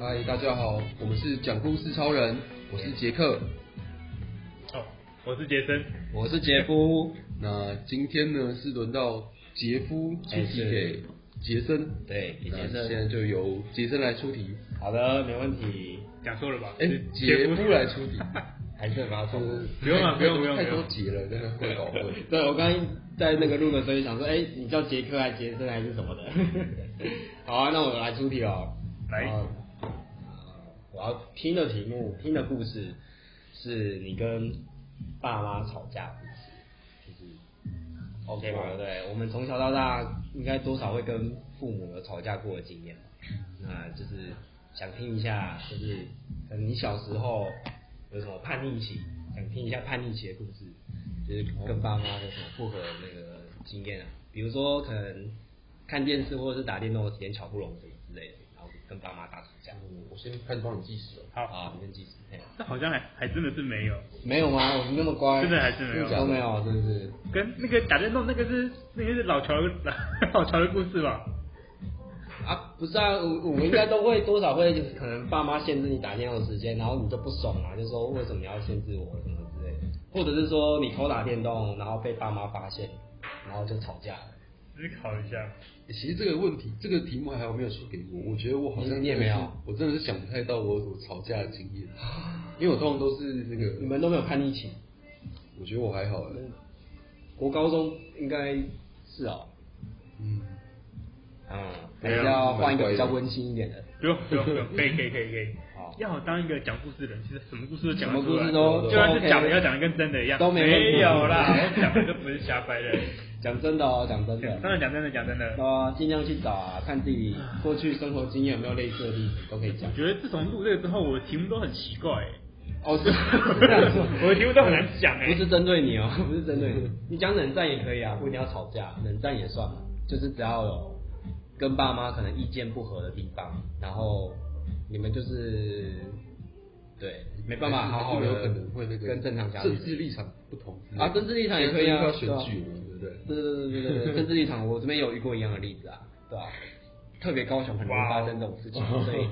嗨，大家好，我们是讲故事超人，我是杰克，哦，我是杰森。我是杰夫，那今天呢是轮到杰夫出哎题是给杰森，对，李那杰现在森。就由杰森来出题，好的，没问题。讲错了吧？哎、是杰夫来出 题，还是很麻烦。不用了不用不用哎太多不用杰了，真的会搞混。 对，我刚刚在那个录的时候就想说，哎、你叫杰克还是杰森还是什么的？ 好啊，那我来出题哦。来好我要听的题目，听的故事是你跟爸妈吵架的故事，就是 OK 嘛？对不对，我们从小到大应该多少会跟父母有吵架过的经验嘛，那就是想听一下，就是可能你小时候有什么叛逆期，想听一下叛逆期的故事，就是跟爸妈有什么不合的那个经验啊，比如说可能看电视或者是打电动的时间吵不拢什么之类的，然后跟爸妈打吵架。我先开始帮你计时哦。好，啊，你们记嘿那好像还还真的是没有，没有吗？我们那么乖，真的还是没有都没有，是不是？跟那个打电动那个是那个是老乔的 老乔的故事吧？啊，不是啊，我我们应该都会多少会，可能爸妈限制你打电话的时间，然后你就不爽啊，就说为什么你要限制我什么之类的，或者是说你偷打电动，然后被爸妈发现，然后就吵架了。思考一下，哎其实这个问题，这个题目还好没有出给我，我觉得我好像你也没有，啊我真的是想不太到我有什么吵架的经验，因为我通常都是那你个，们都没有叛逆期，我觉得我还好嗯哎，国高中应该是哦，嗯，嗯，还没是有要换一啊蛮乖个的比较温馨一点的，不用不用不用， 可以可以可以可以好。要我当一个讲故事的人，其实什么故事都讲得什么出故来，事都就算都是 OK 假的要讲的跟真的一样，都没问题没有 啦，我讲的就不是瞎掰的。讲真的哦，讲真真的。的讲真的讲真的，啊，尽量去找啊，看自己过去生活经验有没有类似的例子，都可以讲我。觉得自从录这个之后，我的题目都很奇怪欸，哦，是 我的题目都很难讲哎不是针对你哦， 不是针对你，你讲冷战也可以啊，不一定要吵架，冷战也算嘛，就是只要有跟爸妈可能意见不合的地方，然后你们就是对没办法好好的有可能会那个跟正常家庭政治立场不同啊，政治立场也可以啊，要选对啊举嘛，对不对？对对对对 对，政治立场我这边有遇过一样的例子啊，对吧、特别高雄很容易发生这种事情，所以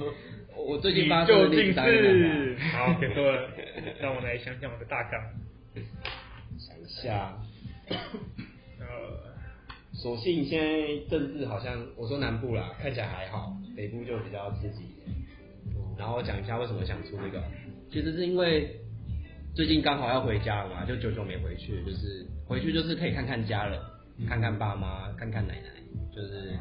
我我最近发你生的究例竟子大概是哪是好，给错了，让我来想想我的大纲。想一 下，呃，所幸现在政治好像我说南部啦，看起来还好，北部就比较刺激一点。然后讲一下为什么想出这个，哦其实是因为最近刚好要回家了嘛，就久久没回去，就是回去就是可以看看家人，看看爸妈，看看奶奶，就是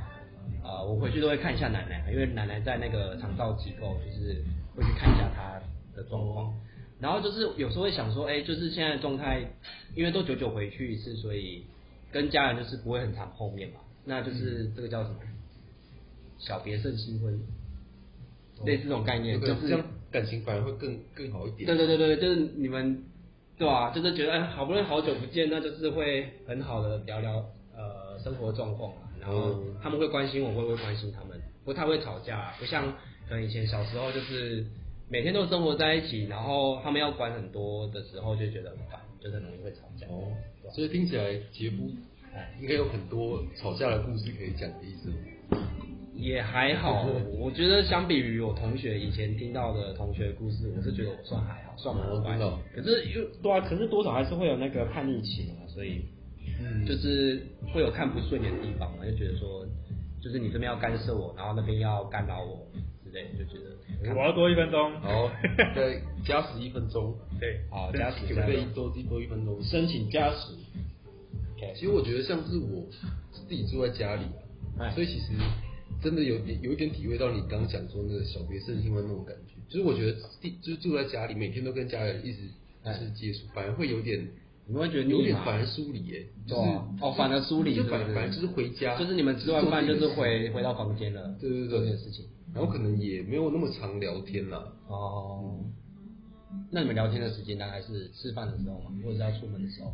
呃，我回去都会看一下奶奶，因为奶奶在那个长照机构，就是会去看一下她的状况。然后就是有时候会想说，哎、就是现在的状态，因为都久久回去一次，所以跟家人就是不会很常碰面嘛，那就是这个叫什么？小别胜新婚，哦类似这种概念，对就是这样感情反而会更更好一点。对对对对，就是你们对吧、就是觉得哎，好不容易好久不见，那就是会很好的聊聊呃生活状况啊，然后嗯他们会关心我，我也会关心他们，不太会吵架啊、不像可能以前小时候就是每天都生活在一起，然后他们要管很多的时候，就觉得很烦，就是很容易会吵架。啊哦，所以听起来杰夫哎应该有很多吵架的故事可以讲的意思哦。也还 好，我觉得相比于我同学以前听到的同学的故事，我是觉得嗯我算还好，算蛮乖的哦。可是又对啊，可是多少还是会有那个叛逆期的嘛，所以嗯就是会有看不顺眼的地方嘛，就觉得说，就是你这边要干涉我，然后那边要干扰我之类的，就觉得我要多一分钟。好，再加十一分 钟， 对，好真加时准加备油多多一分钟。申请家属。其实我觉得像是我自己住在家里啊、哎所以其实真的有点有一点体会到你刚刚讲说那个小别胜新婚那种感觉，就是我觉得自己就是住在家里，每天都跟家人一直就哎是接触，反而会有点你们会觉得有腻点吗？反而疏离耶、对就是啊哦反而疏离就是反不是反而就是回家，就是你们吃完饭就是回回到房间了，对对对做这件事情。然后可能也没有那么常聊天啦，哦，那你们聊天的时间大概是吃饭的时候吗？或者是要出门的时候？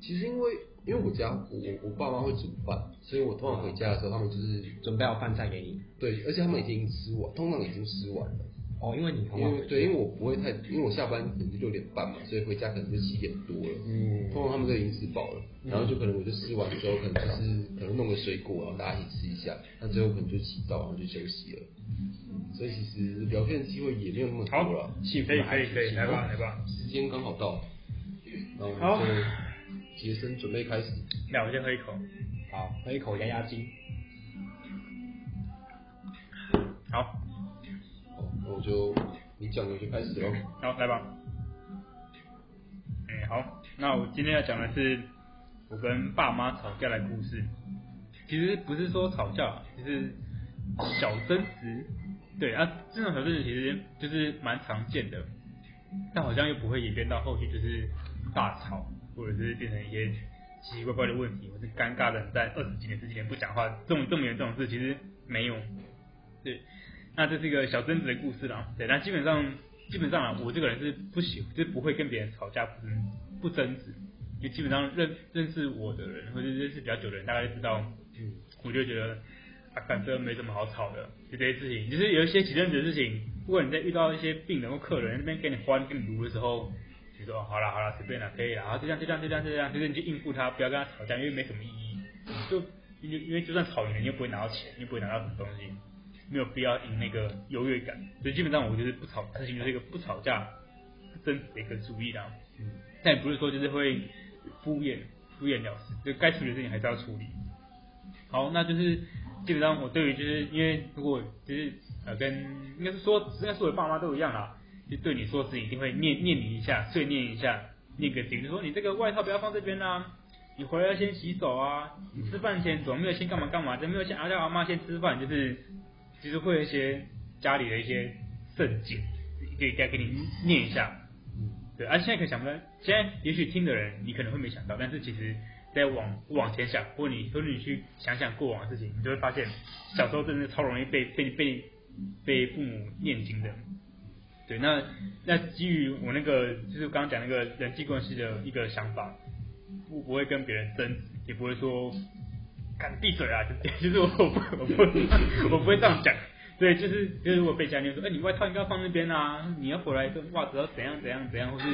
其实因为因为我家我我我爸妈会煮饭，所以我通常回家的时候，他们就是准备好饭菜给你。对，而且他们已经吃完，通常已经吃完了，哦，因为你很晚因回为家对，因为我不会太，因为我下班可能就六点半嘛，所以回家可能就七点多了。嗯通常他们都已经吃饱了，嗯然后就可能我就吃完之后，可能就是可能弄个水果，然后大家一起吃一下，那最后可能就洗澡，然后就休息了。所以其实聊天的机会也没有那么好多了，，幸福可以还可以是可以，幸来福吧来吧，时间刚好到，然后我好们就杰森准备开始。那我先喝一口。好，喝一口压压惊。好，哦，那我就你讲我就开始喽。好来吧。哎、好，那我今天要讲的是我跟爸妈吵架的故事。其实不是说吵架，就是小争执。对啊，这种小争执其实就是蛮常见的，但好像又不会演变到后续就是大吵，或者是变成一些奇奇怪怪的问题，或是尴尬的在二十几年、十几年不讲话，这种这么严重的事其实没有。对，那这是一个小争执的故事啦。对，那基本上基本上啊，我这个人是不喜，就是不会跟别人吵架，不争不争执。就基本上认认识我的人，或者认识比较久的人，大概就知道，嗯，我就觉得啊，反正没什么好吵的，就这些事情，就是有一些急症的事情，不管你在遇到一些病人或客人那边给你欢跟你撸的时候，你说、哦、好啦好啦，随便啦，可以啦，啊就这样就这样就这样就这样，就是你去应付他，不要跟他吵架，因为没什么意义，就因为因为就算吵赢了，你又不会拿到钱，又不会拿到什么东西，没有必要赢那个优越感，所以基本上我就是不吵，事情就是一个不吵架争执的一个主义啦。但也不是说就是会敷衍敷衍了事，就该处理的事情还是要处理。好，那就是基本上我对于就是因为如果就是呃跟应该是说应该是我的爸妈都一样啦，就对你说的事情一定会念念你一下，碎念一下，念个顶，就说你这个外套不要放这边啦、你回来要先洗手啊，你吃饭前怎么没有先干嘛干嘛，怎么没有先阿叫阿妈先吃饭，就是就是会有一些家里的一些圣经，可以再给你念一下。对，啊，现在可能想不到，现在也许听的人你可能会没想到，但是其实在往往前想，或你或你去想想过往的事情，你就会发现小时候真的超容易被被被被父母念经的。对，那那基于我那个就是刚刚讲那个人际关系的一个想法，不不会跟别人争执，也不会说敢闭嘴啊，就是 就是我我不我不我不会这样讲。对，就是就是如果被家人说，哎、你外套应该放那边啊，你要回来跟袜子要怎样怎样怎样，或是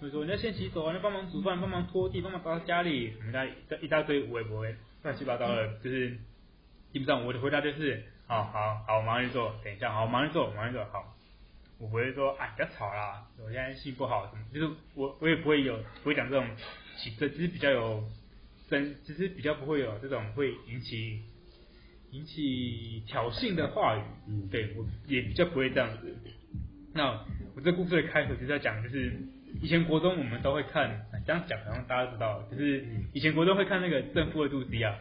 或者说你要先洗手啊，你要帮忙煮饭，帮忙拖地，帮忙打扫家里，什么家里一大堆无微不微乱七八糟的，就是基本上我的回答就是，好好好，我马上去做，等一下，好，我马上去做，我马上去做，好。我不会说啊，你不要吵啦，我现在心情不好什么，就是我我也不会有不会讲这种起这就是比较有真，就是比较不会有这种会引起引起挑衅的话语，嗯对我也比较不会这样子。那我这故事的开头就是在讲，就是以前国中我们都会看，哎这样讲好像大家都知道，就是以前国中会看那个正负二度 C 啊，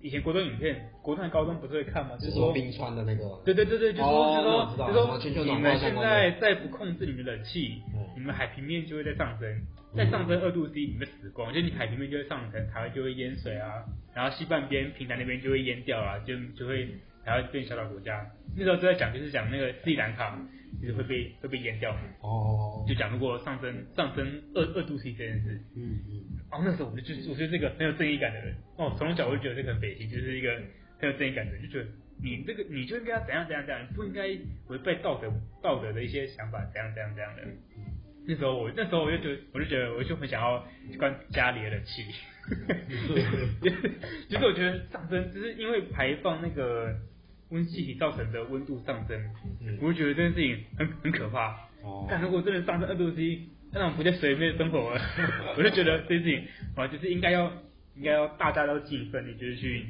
以前国中影片，国中、高中不是会看吗？就就是是说说冰川的那个，对对对对，就说哦就那我知道说了什么就全球说，暖你化们相现关在的再不控制你们的冷气嗯，你们海平面就会在上升，再上升二度 C，你们死光，就是你海平面就会上升，台湾就会淹水啊，然后西半边平潭那边就会淹掉啊，就就会台湾变小岛国家。那时候就在讲，就是讲那个斯里兰卡就是会被会被淹掉，哦，就讲如果上升上升二二度 C 这件事，嗯嗯，哦，那时候我就觉得，我觉得这个很有正义感的人，哦，从小我就觉得这个很北京，就是一个很有正义感的人，就觉得你这个你就应该要怎样怎样怎样，不应该违背道德道德的一些想法，怎样怎样怎样的。那时候我那时候我就觉得，我就觉得我就很想要去关家里的冷气， 就是我觉得上升，就是因为排放那个温室气体造成的温度上升，我就觉得这件事情很很可怕。哦，但如果真的上升二度 C，那我不在水里面生活了， 我就觉得这件事情啊，就是应该要应该要大家都尽奋力，就是去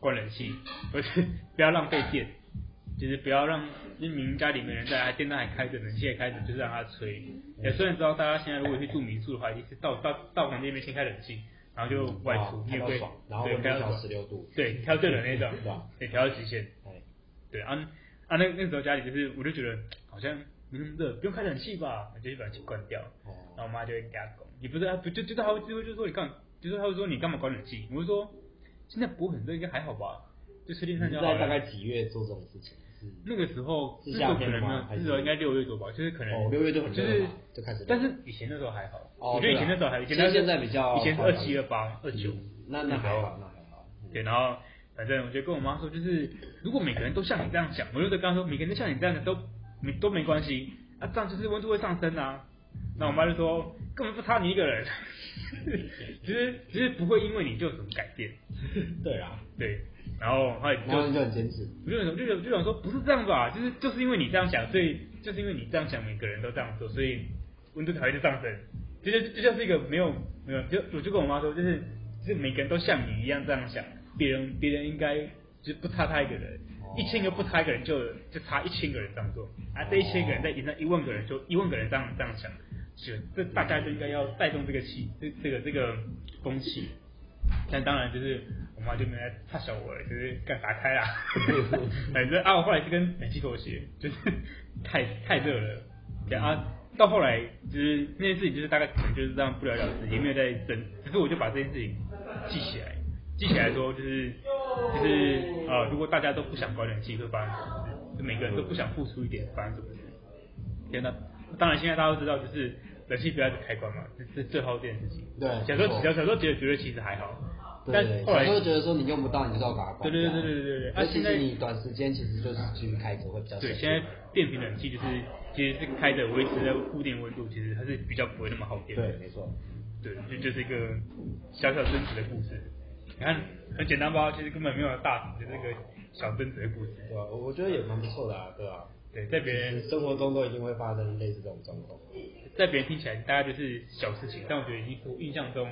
关冷气，而且不要浪费电，就是不要让就是明明家里没人在，电灯还开着，冷气也开着，就是让它吹。也虽然知道大家现在如果去住民宿的话，一定是到到到房间里面先开冷气，然后就外出，哇你也不开会哦到爽，然后对温度开到调爽十六度，对，挑对了那种 对啊吧，对，挑到极限。哎，对啊啊，那那时候家里就是，我就觉得好像没那么热，不用开冷气吧，我就去把冷气关掉。然哦，后我妈就会跟他讲，你不是啊，不就就是她会就会就说你干，就是她会说你干嘛关冷气？我就说现在不会很热，应该还好吧，就吹电你扇是就好在大了。概几月做这种事情？是那个时候是那时夏候可天能吗没有，还那是时候应该六月多吧，就是可能哦，六月就很就热是了嘛，就开始热，但是以前那时候还好，哦我觉得以对啊前那时候还，以前其实那时候现在比较嗯以前是夸二张七二八二九，那那还好，那还好，对，然后反正我觉得跟我妈说，就是如果每个人都像你这样想，我就跟她说，每个人都像你这样的都没都没关系，啊，这样就是温度会上升啊。那我妈就说，根本不差你一个人， 其实其实不会因为你就有什么改变， 对啊，对。然后后来然后就你就很坚持，我就想，就想就想说，不是这样吧？就是就是因为你这样想，所以就是因为你这样想，每个人都这样做，所以温度才会一直上升。就像就像是一个没有没有，就我就跟我妈说，就是就是每个人都像你一样这样想，别人别人应该就是不差他一个人，一千个不差一个人就就差一千个人这样做啊，这一千个人再引上一万个人就一万个人这样这样想，就这大家就应该要带动这个气，这这个这个风气。但当然就是我妈就没来插手我了，就是干打开啦。反正啊，我后来是跟冷气妥协，就是 太太热了。对啊，到后来就是那件事情，就是大概可能就是这样不了了之，也没有再争。只是我就把这件事情记起来，记起来说就是就是呃，如果大家都不想关冷气，会发生什么事？就每个人都不想付出一点，发生什么事？天呐！当然现在大家都知道，就是冷气不要一直开关嘛，这这最后这件事情。对小时没候错小小时候觉得觉得其实还好，但对，后小来时候觉得说你用不到，你就是要把它关对对掉对对对对对啊那其现在实你短时间其实就是继续开着会比较省对，现在变频冷气就是其实是开着维持在固定温度，其实它是比较不会那么耗电。对，没错，对，这就是一个小小真实的故事。你看很简单吧，其实根本没有大的这个小真实的故事。对啊，我我觉得也蛮不错的啊，对啊，对，在别人生活中都一定会发生类似这种状况。在别人听起来大家就是小事情，但我觉得已经是我印象中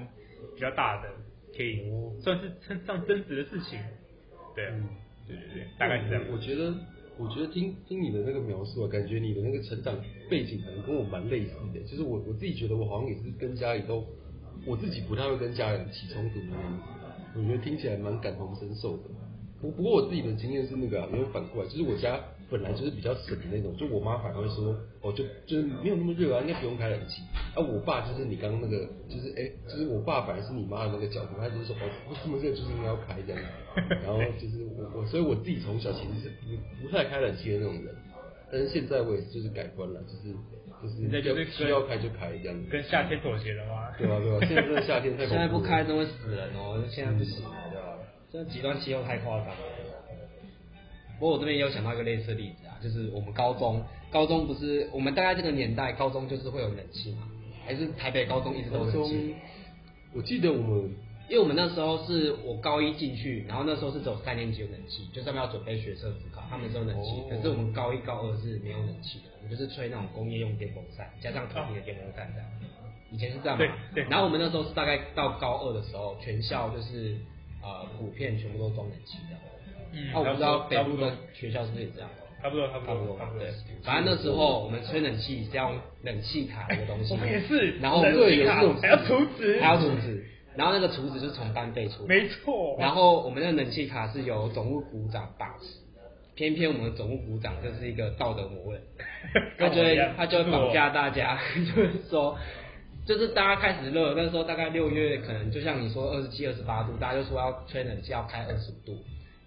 比较大的，可以哦算是称上真实的事情。对嗯啊，对对对，大概是这样。我觉得，我觉得听听你的那个描述啊，感觉你的那个成长背景可能跟我蛮类似的。就是我我自己觉得我好像也是跟家里都，我自己不太会跟家人起冲突的那样子。我觉得听起来蛮感同身受的。不不过我自己的经验是那个、啊，没有反过来，就是我家本来就是比较省的那种，就我妈反而会说，哦，就就是没有那么热啊，应该不用开冷气。啊，我爸就是你刚刚那个，就是哎、就是我爸反而是你妈的那个角度，他就是说，哦，不这么热就是应该要开这样。然后就是我我，所以我自己从小其实是不不太开冷气的那种人，但是现在我也是就是改观了，就是就是你在就是要需要开就开这样子。跟夏天妥协了吗？对啊对啊，现在真的夏天太恐怖了现在不开真会死人哦，现在不行啊，对吧？这极端气候太夸张了。不过我这边也有想到一个类似的例子啊，就是我们高中，高中不是我们大概这个年代，高中就是会有冷气嘛，还是台北高中一直都有高冷中气，，我记得我们因为我们那时候是我高一进去，然后那时候是只有三年级有冷气，就是他们要准备学测复考，他们是有冷气哦，可是我们高一高二是没有冷气的，我们就是吹那种工业用电风扇，加上统一的电风扇这样。以前是这样嘛，对对然后我们那时候是大概到高二的时候，全校就是呃普遍全部都装冷气这样。 嗯啊，我不知道北差不部多的学校是不是也这样？差不多，差不差不多，多差嘛不多。对，反正那时候我们吹冷气是要用冷气卡那个东西 我嘛，们也是然后我们冷气卡嗯还要储值还要储值，然后那个储值就是从班背出，没错。然后我们的冷气卡是由总务股长把持，偏偏我们的总务股长就是一个道德 魔人，他就哦会他就会绑架大家，就是说，就是大家开始热，那时候大概六月，可能就像你说二十七、二十八度，大家就说要吹冷气要开二十度，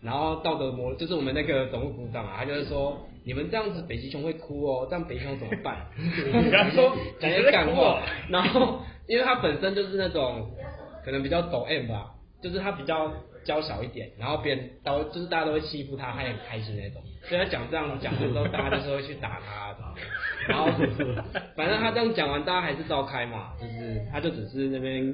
然后道德魔就是我们那个总务股长啊，他就是说。你们这样子北极熊会哭哦，这样北极熊怎么办？ 你刚说讲你些在干哭哦，话 然后因为他本身就是那种可能比较抖 M 吧，就是他比较娇小一点，然后别人都就是大家都会欺负他，他也很开心那种。所以他讲这样讲的时候，大家就是会去打他，啊然后反正他这样讲完，大家还是照开嘛，就是他就只是那边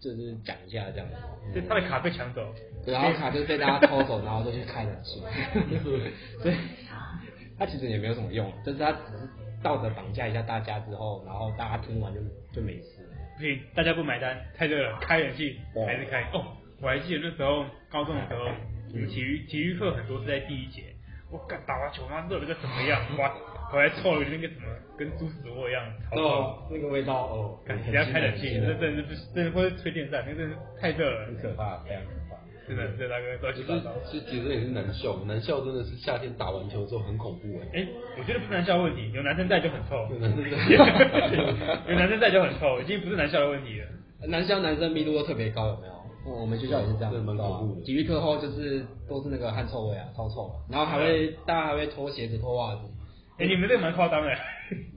就是讲一下这样子。就他的卡被抢走，对，然后卡就是被大家偷走，然后就去开冷气， 所以他其实也没有什么用，就是他只是道德绑架一下大家之后，然后大家听完就就没事了。不行，大家不买单，太热了，开冷气对还是开。哦，我还记得那时候高中的时候，我嗯们体育体育课很多是在第一节，我干打完球妈热的跟什么样，哇，我还臭的跟那个什么跟猪屎窝一样，超臭。哦，那个味道哦，干人家开冷气，那真的是不是真的会吹电扇，那真的是太热很了，可怕，非常可怕。真的，这大哥乱就七八糟。是就其实也是男校，男校真的是夏天打完球之后很恐怖哎、哎、我觉得不是男校的问题，有男生在就很臭，有男生在有男生在就很臭，已经不是男校的问题了。男校男生密度都特别高，有没有？哦我我们学校也是这样，对蛮恐怖的对啊体育课后就是都是那个汗臭味啊，超臭的。然后还会大家还会脱鞋子、脱袜子，哎、你们这个蛮夸张的，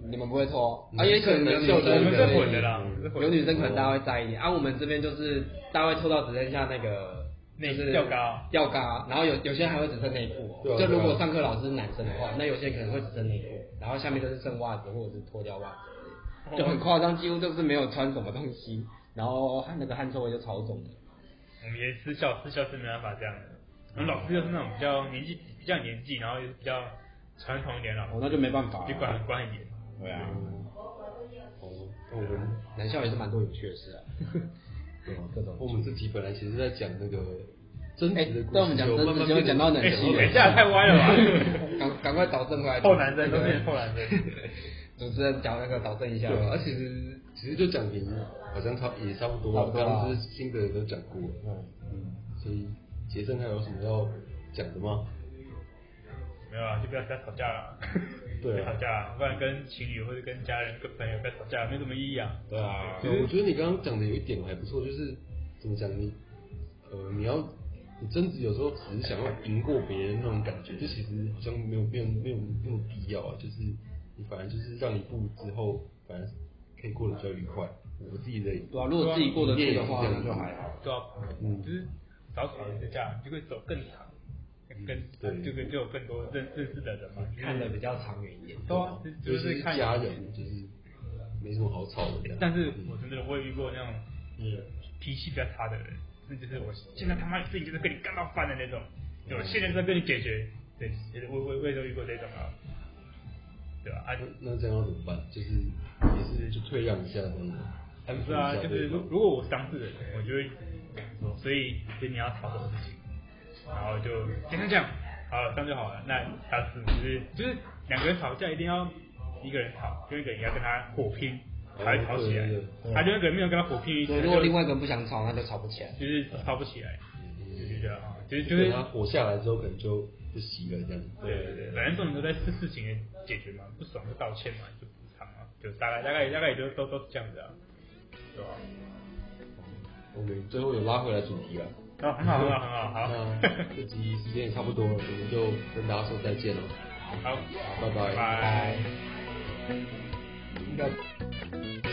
你们不会脱？啊，也可能有女我生们我们可是能混的啦，我们是混的有女生可能大家会在意一点，啊，我们这边就是大家会凑到只剩下那个内就是吊嘎哦吊嘎，然后有有些人还会只剩内裤哦、对啊就如对果啊上课老师是男生的话，那有些可能会只剩内裤，然后下面就是剩袜子或者是脱掉袜子哦而已，就很夸张，几乎就是没有穿什么东西，然后汗那个汗臭味就超重的。我们也是校是校是没办法这样的，我们老师又是那种比较年纪比较年纪，然后又是比较传统一点的老哦，师，那就没办法了。就管很管很严。对啊，哦，那我们男校也是蛮多有趣的事 啊。对啊各种我们这集本来其实在讲那个真哎实的故事，但我们讲就真慢实，慢结果变讲到成冷哎笑话等一下太歪了吧 赶赶快导正回来。后男生都变后男生，主持人讲那个导正一下对。啊，啊其实其实就讲评好像差也差不多差了，不多刚啊刚这些新的也都讲过了，嗯，嗯，所以杰森还有什么要讲的吗？没有啊，就不要不要吵架 了，对啊不要吵架了，不然跟情侣或者跟家人、跟朋友不要吵架，没什么意义啊。对啊对，我觉得你刚刚讲的有一点还不错，就是怎么讲你，呃，你要你争执有时候只是想要赢过别人那种感觉，这其实好像没有没有没有那么必要啊，就是你反而就是让一步之后，反而可以过得比较愉快。我自己的对啊，如果自己过得去的话，对啊那就还好。对啊，嗯就是早吵一次架，你就会走更长，更嗯对这个就有更多认认识的人嘛，看的比较长远一点。对啊，就尤其就是是看家人，就是没什么好吵的这样。但是嗯我真的我也遇过那种嗯，脾气比较差的人，那就是我现在他妈的事情就是跟你干到翻的那种，对，我现在就在跟你解决，对，我我我也都遇过这种啊，对吧？啊，那那这样要怎么办？就是也是就退让一下那种，安不抚是啊，一下就对是如方。如果我当事人，我就会说，所以就你要吵什么事情，然后就简单讲，好了，这样就好了。那下次就是就是两个人吵架一定要一个人吵，另外一个人要跟他火拼，才会吵起哦来对对。对他另外一个人没有跟他火拼一起，所以如果另外一个人不想吵，那就吵不起来。就是吵不起来，嗯就觉得啊，就是就就是是他火下来之后，可能就不息了这样。对对对，反正重点都在事事情的解决嘛，不爽就道歉嘛，就补偿嘛，就大概大概大概也就都都是这样子啊，对吧？我们最后有拉回来主题了。啊，很好很好很好好， 那这集时间也差不多了，我们就跟大家说再见了，好，拜拜拜。应该。